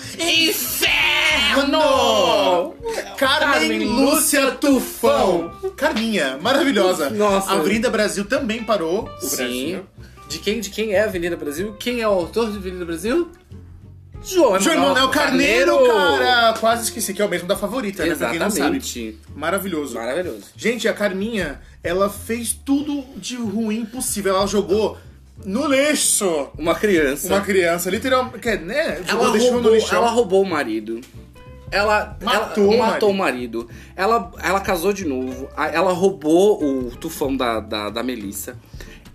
B: Inferno!
A: Carmen
B: Carmen
A: Lúcia
B: Lúcia
A: Tufão! Carminha, maravilhosa!
B: Nossa.
A: A Avenida Brasil também parou. O
B: Sim.
A: Brasil.
B: De quem, de quem é a Avenida Brasil? Quem é o autor de Avenida Brasil? João
A: João Emanuel é Carneiro, cara! Quase esqueci que é o mesmo da favorita, né? Pra quem não sabe.
B: Exatamente.
A: Maravilhoso.
B: Maravilhoso.
A: Gente, a Carminha, ela fez tudo de ruim possível. Ela jogou no lixo
B: Uma criança.
A: uma criança, literalmente. Quer, né? Jogou,
B: Ela
A: deixou no
B: roubou,
A: lixo.
B: ela roubou o marido. Ela
A: Matou
B: ela,
A: o
B: matou o marido. Ela, ela casou de novo. A- Ela roubou o tufão da, da, da Melissa.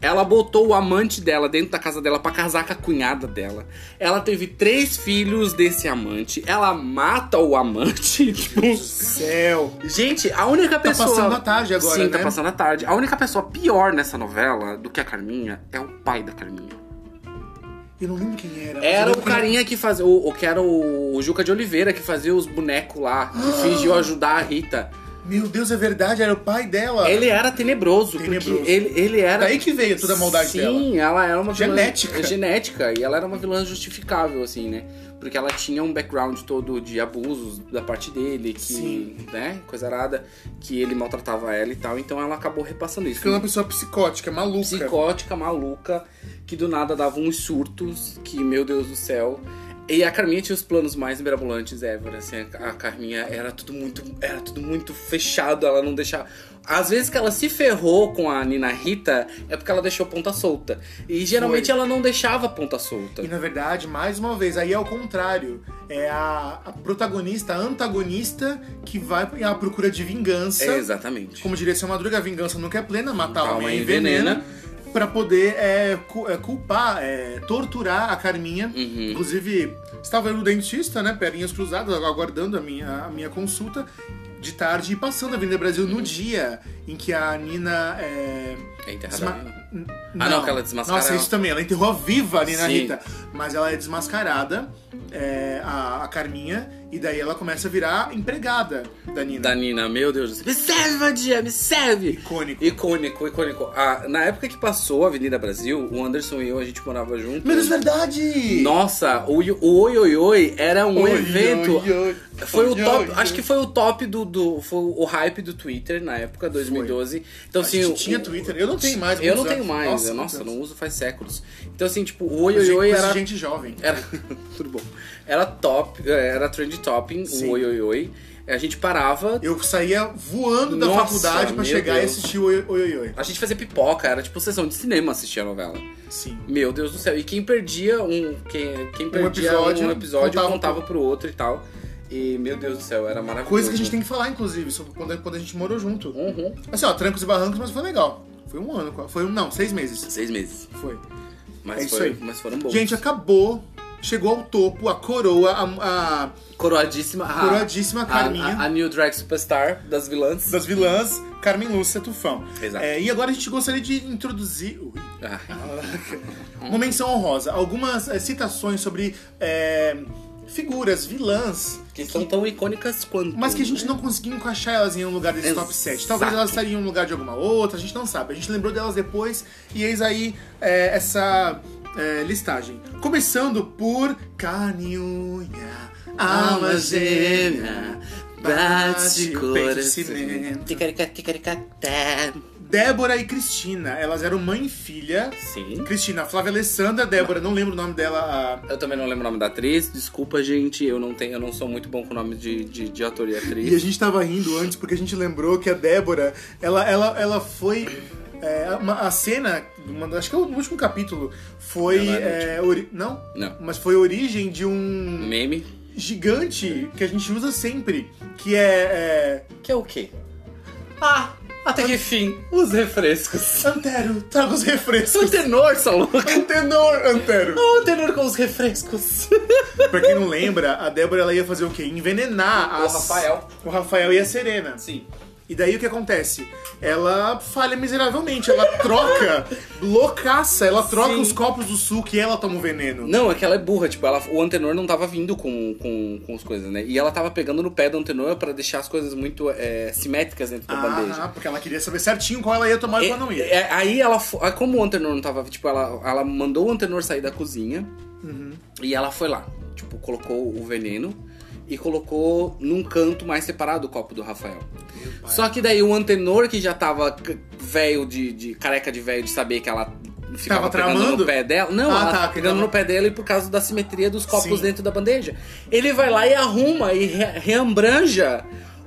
B: Ela botou o amante dela dentro da casa dela pra casar com a cunhada dela. Ela teve três filhos desse amante. Ela mata o amante. <laughs> tipo,
A: Céu.
B: Gente, a única pessoa.
A: Tá passando a tarde agora,
B: Sim,
A: né?
B: tá passando a tarde. A única pessoa pior nessa novela do que a Carminha é o pai da Carminha.
A: Eu não lembro quem era. mas eu
B: Era o
A: lembro quem-
B: carinha que fazia. O, o que era o, o Juca de Oliveira que fazia os bonecos lá,
A: Ah.
B: que fingiu ajudar a Rita.
A: Meu Deus, é verdade, era o pai dela.
B: Ele era tenebroso,
A: Ah. Tenebroso.
B: porque ele, ele era.
A: Daí que veio toda a maldade
B: Sim,
A: dela.
B: ela era uma vilã-
A: Genética.
B: genética. E ela era uma vilã justificável, assim, né? Porque ela tinha um background todo de abusos da parte dele, que,
A: Sim.
B: né? Coisa arada, que ele maltratava ela e tal. Então ela acabou repassando isso.
A: Ficou é uma pessoa psicótica, maluca.
B: psicótica, maluca, que do nada dava uns surtos, que meu Deus do céu. E a Carminha tinha os planos mais mirabolantes ever, assim, a a Carminha era tudo muito, era tudo muito fechado, ela não deixava... Às vezes que ela se ferrou com a Nina Rita, é porque ela deixou ponta solta. E geralmente
A: Foi.
B: ela não deixava ponta solta.
A: E na verdade, mais uma vez, aí é o contrário. É a, a protagonista, a antagonista, que vai à procura de vingança.
B: É, exatamente.
A: Como diria seu Madruga, a vingança nunca é plena, matar
B: Calma
A: alma
B: aí,
A: envenena. Pra poder é, cu- é, culpar, é, torturar a Carminha.
B: Uhum.
A: Inclusive, estava eu no dentista, né? Perninhas cruzadas, aguardando a minha, a minha consulta. de tarde e passando a Avenida Brasil
B: Uhum.
A: no dia em que a Nina. É,
B: É enterrada
A: desma-
B: viva?
A: N-
B: Ah, não, que ela desmascara
A: Nossa,
B: ela.
A: isso também. Ela enterrou a viva a Nina
B: Sim.
A: Rita. Mas ela é desmascarada, é, a, a Carminha, e daí ela começa a virar empregada da Nina.
B: Da Nina, meu Deus do céu. Me serve, Vadia, me serve!
A: Icônico.
B: Icônico, icônico. Ah, na época que passou a Avenida Brasil, o Anderson e eu, a gente morava junto.
A: Mas é verdade!
B: Nossa, o, Yo- o Oi Oi Oi era um
A: Oi,
B: evento.
A: oi, oi.
B: Foi o
A: Oi,
B: top,
A: oi,
B: acho
A: oi.
B: que foi o top do, do foi o hype do Twitter na época 2012. Então
A: A
B: assim,
A: gente
B: o-
A: tinha Twitter. Eu não tenho mais,
B: Eu não
A: muitos
B: tenho
A: anos.
B: mais.
A: Nossa,
B: eu- Nossa,
A: muitos
B: não uso faz séculos. Então assim, tipo, o Oi Oi
A: Gente,
B: Oi
A: coisa de
B: era
A: gente jovem.
B: era <laughs> tudo bom. Era top, eh, era trend topping,
A: Sim.
B: o Oi Oi Oi. A gente parava,
A: Eu saía voando da
B: Nossa,
A: faculdade pra
B: meu
A: chegar e
B: Deus.
A: assistir o Oi Oi Oi. Oi.
B: a gente fazia pipoca, era tipo sessão de cinema assistir a novela.
A: Sim.
B: Meu Deus do céu. E quem perdia um. Quem, quem perdia um
A: episódio,
B: episódio,
A: contava
B: contava, pro outro e tal. E, meu Deus do céu, era maravilhoso.
A: Coisa que a gente tem que falar, inclusive, sobre quando, quando a gente morou junto.
B: Uhum.
A: Assim, ó, trancos e barrancos, mas foi legal. Foi um ano, foi um, não, seis meses.
B: Seis meses.
A: Foi. É
B: Mas,
A: isso
B: foi-
A: aí.
B: mas foram bons.
A: Gente, acabou. Chegou ao topo a coroa, a, a
B: coroadíssima. A,
A: coroadíssima Carminha
B: A, a, a New Drag Superstar das vilãs.
A: das vilãs, Carmen Lúcia Tufão.
B: Exato.
A: É, e agora a gente gostaria de introduzir. Ui.
B: Ah, Uhum.
A: Uma menção honrosa. Algumas é, citações sobre é, figuras, vilãs,
B: que são tão icônicas quanto.
A: mas que a gente não conseguiu encaixar elas em um lugar desse
B: Exato.
A: top 7. Talvez elas estariam em um lugar de alguma outra, a gente não sabe. A gente lembrou delas depois e eis aí é, essa é, listagem. Começando por Carniunha, alma gêmea, bate o peito de cimento.
B: Ticaricaticaricatá.
A: Débora e Cristina, elas eram mãe e filha.
B: Sim.
A: Cristina, Flávia Alessandra, Débora, não lembro o nome dela. a-
B: Eu também não lembro o nome da atriz, desculpa, gente. Eu não tenho, eu não sou muito bom com nome de, de, de ator e atriz.
A: E a gente tava rindo antes porque a gente lembrou que a Débora, ela, ela, ela foi. é, uma- a cena, uma- acho que é o último capítulo, foi.
B: Não, não é
A: é, ori- não,
B: Não.
A: mas foi origem de um
B: Meme.
A: gigante que a gente usa sempre, que é.
B: Que é o quê? Ah, até que fim,
A: <laughs>
B: os refrescos.
A: é, Antero, traga os
B: Sou um
A: refrescos.
B: tenor, <laughs> Saluca.
A: Antenor, Antero!
B: Um tenor com os refrescos.
A: pra quem não lembra, a Débora ela ia fazer o quê? Envenenar
B: O
A: as-
B: Rafael.
A: O Rafael e a Serena.
B: Sim.
A: E daí o que acontece? Ela falha miseravelmente, ela troca loucaça, ela troca
B: Sim.
A: os copos do suco e ela toma o veneno.
B: Não, é que ela é burra, tipo, ela, o Antenor não tava vindo com, com, com as coisas, né? E ela tava pegando no pé do Antenor pra deixar as coisas muito é, simétricas dentro da bandeja.
A: Ah, porque ela queria saber certinho qual ela ia tomar e qual não
B: É,
A: ia.
B: é, aí ela, fo- ah, como o Antenor não tava, tipo, ela, ela mandou o Antenor sair da cozinha
A: Uhum.
B: e ela foi lá, tipo, colocou o veneno e colocou num canto mais separado o copo do Rafael. Só que daí o Antenor, que já tava c- velho de, de- careca de velho de saber que ela ficava
A: Tava
B: pegando
A: tramando?
B: no pé dela. Não,
A: Ah,
B: ela
A: tá,
B: tava
A: que
B: pegando
A: tava-
B: no pé dela e por causa da simetria dos copos
A: Sim.
B: dentro da bandeja. Ele vai lá e arruma e re- reambranja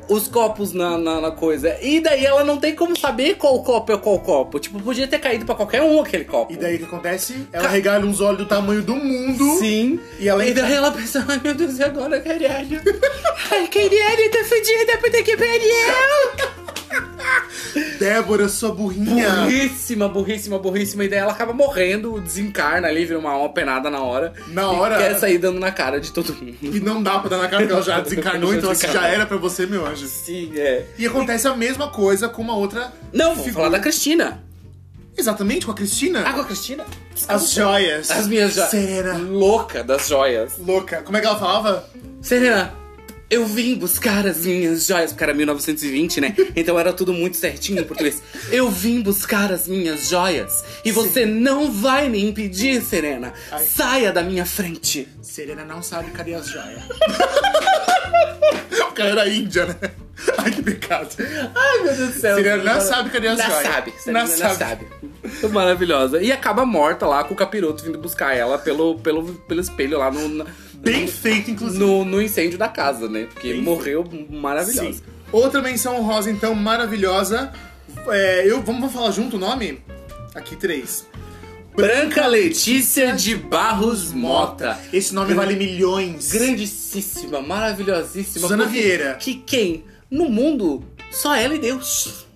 B: os copos na, na- na coisa. E daí ela não tem como saber qual copo é qual copo. Tipo, podia ter caído pra qualquer um aquele copo.
A: E daí o que acontece? Ela
B: Ca-
A: regalha uns olhos do tamanho do mundo.
B: Sim.
A: E ela
B: E daí ela pensa, ai meu Deus, e agora, caralho? <laughs> Ai, caralho, tá fudida, puta que pariu!
A: Débora, sua burrinha.
B: Burríssima, burríssima, burríssima. E daí ela acaba morrendo, desencarna ali, vira uma penada na hora.
A: Na
B: E
A: hora.
B: quer sair dando na cara de todo mundo.
A: <laughs> E não dá pra dar na cara porque ela
B: <laughs>
A: já desencarnou,
B: Já
A: então assim, já
B: desencarnou.
A: era pra você, meu anjo.
B: Sim, é.
A: E acontece a mesma coisa com uma outra.
B: Não, vou falar da Cristina.
A: Exatamente, com a Cristina.
B: Ah, com a Cristina?
A: As joias.
B: As minhas joias.
A: Serena.
B: Louca das joias.
A: Louca. Como é que ela falava?
B: Serena, eu vim buscar as minhas joias. Porque era 1920, <laughs> né? Então era tudo muito certinho em português. Eu vim buscar as minhas joias. E você não vai me impedir, Serena.
A: Ai.
B: Saia da minha frente.
A: Serena não sabe cadê as <laughs> joias. Porque ela era índia, né? Ai, que pecado.
B: Ai, meu Deus do céu.
A: Serena não sabe cadê as
B: Não
A: joias.
B: sabe,
A: Não
B: Serena não sabe.
A: sabe.
B: Maravilhosa. E acaba morta lá com o capiroto vindo buscar ela pelo, pelo, pelo espelho lá no, na-
A: Bem feito, inclusive.
B: no, no incêndio da casa, né? Porque
A: Bem
B: morreu
A: Sim.
B: maravilhosa.
A: Outra menção honrosa, então, maravilhosa. É, eu, vamos vamos falar junto o nome? Aqui, três.
B: Branca Letícia de Barros Mota.
A: Esse nome vale milhões.
B: Grandíssima, maravilhosíssima.
A: Suzana
B: porque-
A: Vieira.
B: Que quem? No mundo, só ela e Deus.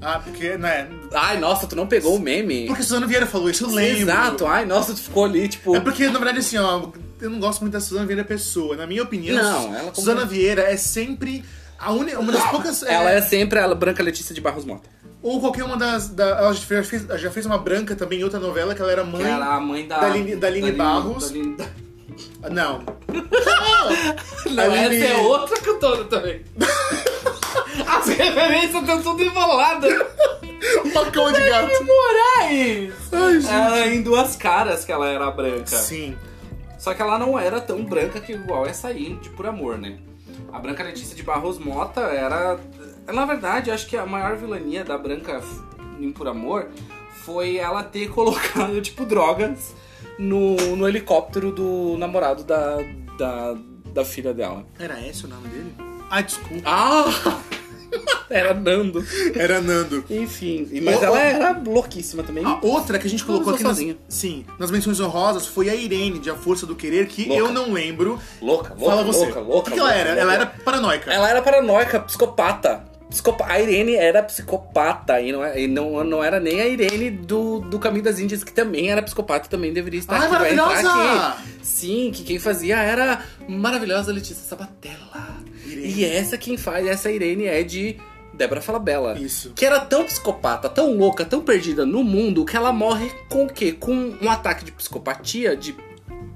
A: Ah, porque, né?
B: Ai, nossa, tu não pegou o meme?
A: Porque Suzana Vieira falou isso, eu lembro.
B: Exato, ai, nossa, tu ficou ali, tipo.
A: É porque, na verdade, assim, ó, eu não gosto muito da Suzana Vieira pessoa. Na minha opinião,
B: Não, ela
A: Suzana Vieira é sempre A uni- uma das poucas. é,
B: Ela é sempre a Branca Letícia de Barros Mota.
A: Ou qualquer uma das. da- ela já fez, já fez uma branca também em outra novela que ela era mãe.
C: Que era a mãe da...
A: da Aline- da Aline
C: Aline- da
A: Barros. <laughs>
C: Aline- da-
A: Não. <laughs>
C: Não,
A: Aline-
C: essa é outra cantora
A: <laughs>
C: também. As referências estão tudo enroladas.
A: Facão de gato.
C: Moraes!
A: Ai, gente.
C: Ela é em duas caras que ela era branca.
A: Sim.
C: Só que ela não era tão branca que igual essa aí, de por amor, né? A Branca Letícia de Barros Mota era. Na verdade, eu acho que a maior vilania da Branca em Por Amor foi ela ter <laughs> colocado, tipo, drogas
B: No, no helicóptero do namorado da, da, da filha dela.
A: Era esse o nome dele? Ah, desculpa.
C: <laughs>
B: Ah! Era Nando.
A: Era Nando.
B: Enfim. e- Mas
A: Ô, ô.
B: ela era louquíssima também.
A: A outra que a gente colocou
B: Não, eu
A: aqui
B: sou
A: nas,
B: sozinha.
A: sim, nas menções honrosas foi a Irene, de A Força do Querer, que
B: Louca.
A: eu não lembro.
B: Louca,
A: Fala você. o
B: louca,
A: que, que ela
B: louca,
A: era?
B: louca.
A: Ela era paranoica.
B: Ela era paranoica, psicopata. Psicop... A Irene era psicopata e não, é- e não, não era nem a Irene do, do Caminho das Índias, que também era psicopata e também deveria estar
A: Ai,
B: tá aqui. vai entrar
A: Ah, maravilhosa!
B: aqui. Sim, que quem fazia era maravilhosa Letícia Sabatella.
A: Irene.
B: E essa quem faz, essa Irene é de Débora Falabella.
A: Isso.
B: Que era tão psicopata, tão louca, tão perdida no mundo, que ela morre com o quê? Com um ataque de psicopatia, de.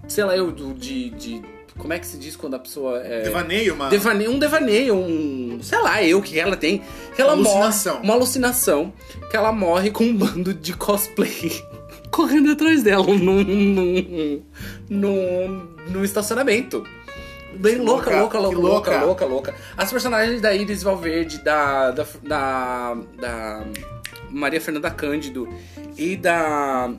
B: sei lá, eu, do- de. de como é que se diz quando a pessoa é.
A: Devaneio, uma
B: Devaneio, um devaneio, um. sei lá, eu que ela tem. Que ela
A: Alucinação.
B: morre. Uma alucinação. Que ela morre com um bando de cosplay <laughs> correndo atrás dela num. num. num, num estacionamento. Bem
A: Que
B: louca,
A: louca,
B: louca,
A: que
B: louca,
A: louca.
B: louca, louca, louca. As personagens da Iris Valverde, da. da. da, da Maria Fernanda Cândido e da.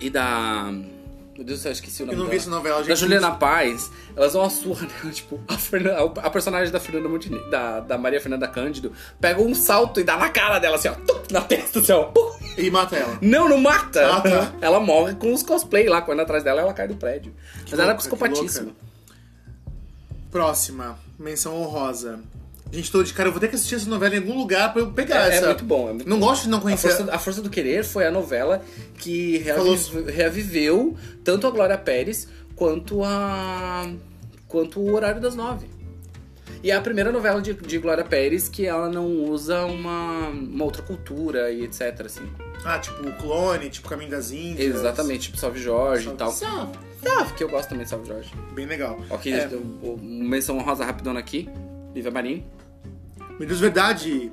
B: e da. Meu Deus do céu, esqueci o
A: Eu
B: nome
A: não
B: dela
A: vi essa novela, gente.
B: da Juliana Paz, elas dão uma surra nela, <laughs> tipo, a, Fernan- a personagem da Fernanda Montenegro, da, da Maria Fernanda Cândido, pega um salto e dá na cara dela, assim, ó, tum, na testa, assim, ó, pum.
A: E mata ela.
B: Não, não mata!
A: Ah, tá.
B: <laughs> Ela morre com os cosplay lá, correndo atrás dela, ela cai do prédio. Mas ela é era
A: louca, que
B: psicopatíssima.
A: Próxima. Menção honrosa. Gente, tô de cara, eu vou ter que assistir essa novela em algum lugar pra eu pegar
B: É, é
A: essa.
B: muito bom, é muito
A: Não gosto de não
B: A
A: conhecer.
B: Força, A Força do Querer foi a novela que
A: Falou-
B: reaviv- reaviveu tanto a Glória Pérez quanto a. quanto o Horário das Nove. E é a primeira novela de, de Glória Pérez que ela não usa uma, uma outra cultura e etc. Assim.
A: Ah, tipo o clone, tipo Caminho das Índias.
B: Exatamente, tipo Salve Jorge e tal.
A: Sabe?
B: Ah, que eu gosto também de Salve Jorge.
A: Bem legal.
B: Ok,
A: É.
B: o- o- menção honrosa rapidona aqui. Lívia Marim, então.
A: Meu Deus, verdade.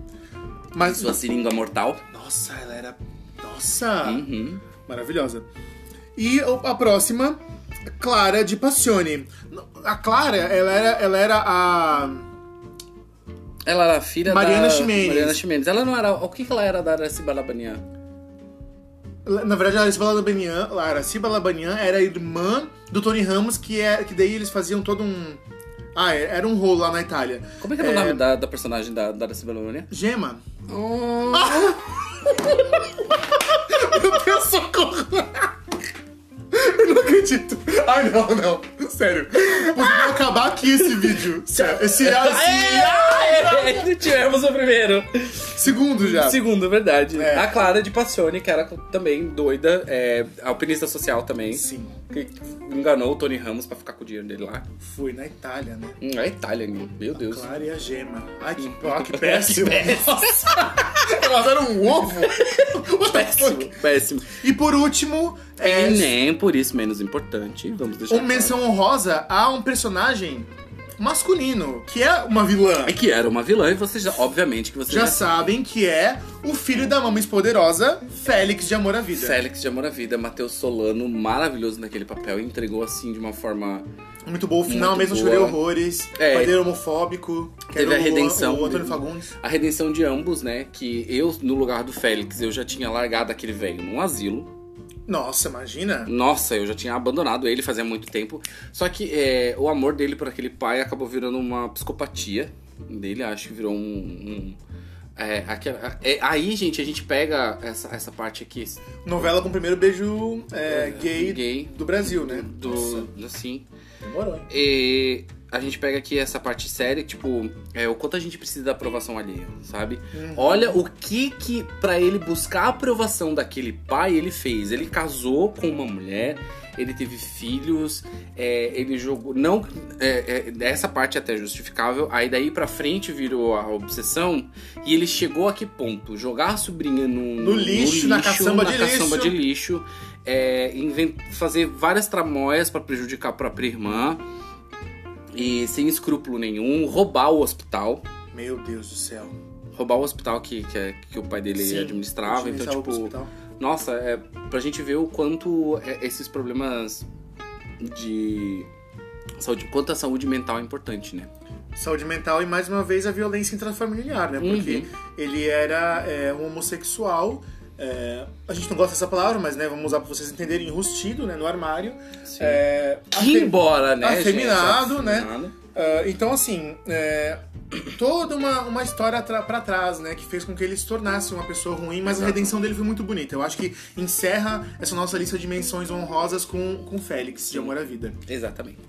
A: Mas.
B: sua seringa mortal.
A: Nossa, ela era. Nossa!
B: Uhum.
A: Maravilhosa. E o- a próxima, Clara de Passione. A Clara, ela era, ela era a.
B: Ela era filha
A: Mariana
B: da...
A: Ximenes.
B: Mariana Ximenes. Ela não era... O que que ela era da Aracy Balabanian?
A: Na verdade, a Araciba Labanian, a Araciba Labanian era a irmã do Tony Ramos, que, é, que daí eles faziam todo um. Ah, é- era um rolo lá na Itália.
B: Como é que é, o nome da, da personagem da, da
A: <laughs>
B: Aracy Balabanian?
A: Gema.
B: Ah,
A: Meu Deus, socorro! Eu não acredito. Ai, não, não. Sério. Vou acabar aqui esse vídeo. Sério, Esse,
B: Assim,
A: esse
B: é, Tivemos o primeiro.
A: segundo já.
B: Segundo, verdade.
A: É.
B: A Clara de Passione, que era também doida, é, alpinista social também.
A: Sim.
B: Que enganou o Tony Ramos pra ficar com o dinheiro dele lá.
A: Foi na Itália, né?
B: Hum, é Itália, meu, meu Deus.
A: Clara e a gema. Ai, que, ó, <laughs> que péssimo. Elas eram um <laughs> ovo.
B: Péssimo, péssimo.
A: E por último, é,
B: E nem por isso menos importante. Vamos deixar.
A: uma
B: claro.
A: menção honrosa a um personagem masculino, que é uma vilã.
B: É que era uma vilã e vocês já, obviamente, que vocês
A: Já sabem que é o filho da Mamis Poderosa, Félix de Amor à Vida.
B: Félix é de Amor à Vida, Matheus Solano, maravilhoso naquele papel, entregou assim de uma forma.
A: Muito bom o final,
B: Muito
A: mesmo chorei
B: boa.
A: horrores.
B: É.
A: Padeiro homofóbico. que
B: Teve
A: era
B: a
A: o-
B: redenção
A: O Antônio
B: dele.
A: Fagundes.
B: A redenção de ambos, né? Que eu, no lugar do Félix, eu já tinha largado aquele velho num asilo.
A: Nossa, imagina.
B: Nossa, eu já tinha abandonado ele fazia muito tempo. Só que é, o amor dele por aquele pai acabou virando uma psicopatia dele, acho que virou um. um- é, aquela- é, aí, gente, a gente pega essa, essa parte aqui
A: Novela com o primeiro beijo é, gay,
B: gay.
A: do Brasil, né?
B: do. Assim.
A: Demorou, hein?
B: E a gente pega aqui essa parte séria, tipo, é, o quanto a gente precisa da aprovação alheia, sabe? Olha o que que, pra ele buscar a aprovação daquele pai, ele fez. Ele casou com uma mulher, ele teve filhos, é, ele jogou. Não. é, é, essa parte é até justificável. Aí daí pra frente virou a obsessão. E ele chegou a que ponto? Jogar a sobrinha no,
A: No lixo, na caçamba
B: na
A: de
B: caçamba
A: lixo.
B: de lixo, é, inven- fazer várias tramóias pra prejudicar a própria irmã. E sem escrúpulo nenhum, roubar o hospital
A: Meu Deus do céu.
B: roubar o hospital que, que, é- que o pai dele
A: Sim,
B: administrava. Então,
A: Utilizava o
B: tipo,
A: hospital.
B: nossa, é pra gente ver o quanto é- esses problemas de saúde, quanto a saúde mental é importante, né?
A: Saúde mental e mais uma vez a violência intrafamiliar, né?
B: Uhum.
A: Porque ele era é, um homossexual. é, a gente não gosta dessa palavra, mas né, vamos usar pra vocês entenderem, enrustido, né? No armário. É,
B: Que embora, né?
A: afeminado,
B: gente?
A: né?
B: Afeminado.
A: Ah, então, assim, é, toda uma, uma história tra- pra trás, né? Que fez com que ele se tornasse uma pessoa ruim, mas a
B: Exato.
A: redenção dele foi muito bonita. Eu acho que encerra essa nossa lista de menções honrosas com, com Félix, de Amor à Vida.
B: Exatamente.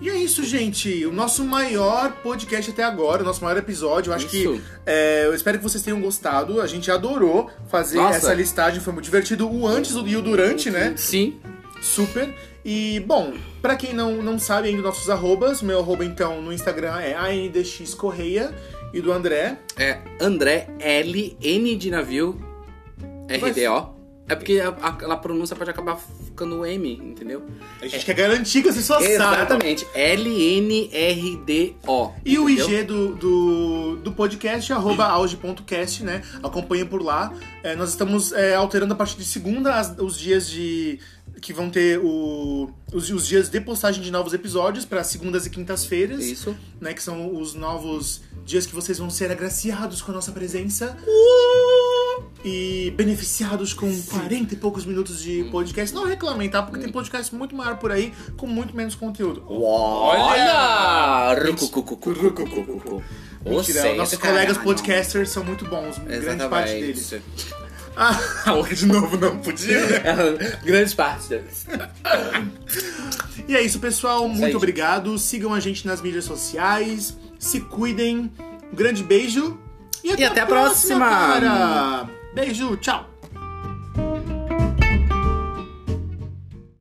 A: E é isso, gente. O nosso maior podcast até agora, o nosso maior episódio. Eu acho que.
B: Isso.
A: é, eu espero que vocês tenham gostado. A gente adorou fazer
B: Nossa.
A: essa listagem. Foi muito divertido o antes e o durante, né?
B: Sim.
A: Super. E, bom, pra quem não, não sabe ainda nossos arrobas, meu arroba então no Instagram é ANDX Correia e do André.
B: É André L N de navio RDO. É porque a, a- a pronúncia pode acabar ficando M, entendeu?
A: A gente quer garantir que as pessoas saibam.
B: É. Exatamente. L-N-R-D-O.
A: E o
B: entendeu?
A: IG do, do, do podcast, é arroba auge.cast, né? Acompanha por lá. É, nós estamos é, alterando a partir de segunda as- os dias de. que vão ter o, os, os dias de postagem de novos episódios para segundas e quintas-feiras,
B: É Isso.
A: né? Que são os novos dias que vocês vão ser agraciados com a nossa presença.
B: Uh!
A: E beneficiados com 40 e poucos minutos
B: Hum.
A: de podcast. Não reclamem, tá? Porque tem podcast muito maior por aí, com muito menos conteúdo.
B: Olha! Rucucucucu. Ou
A: Mentira,
B: seja,
A: nossos
B: caralho.
A: colegas podcasters são muito bons, grande parte deles. <laughs>
B: Exatamente.
A: Ah, hoje de novo não podia.
B: É. <laughs> grande parte deles.
A: E é isso, pessoal. Muito
B: aí.
A: obrigado. Sigam a gente nas mídias sociais. Se cuidem. Um grande beijo.
B: E até a próxima.
A: cara. Beijo, tchau.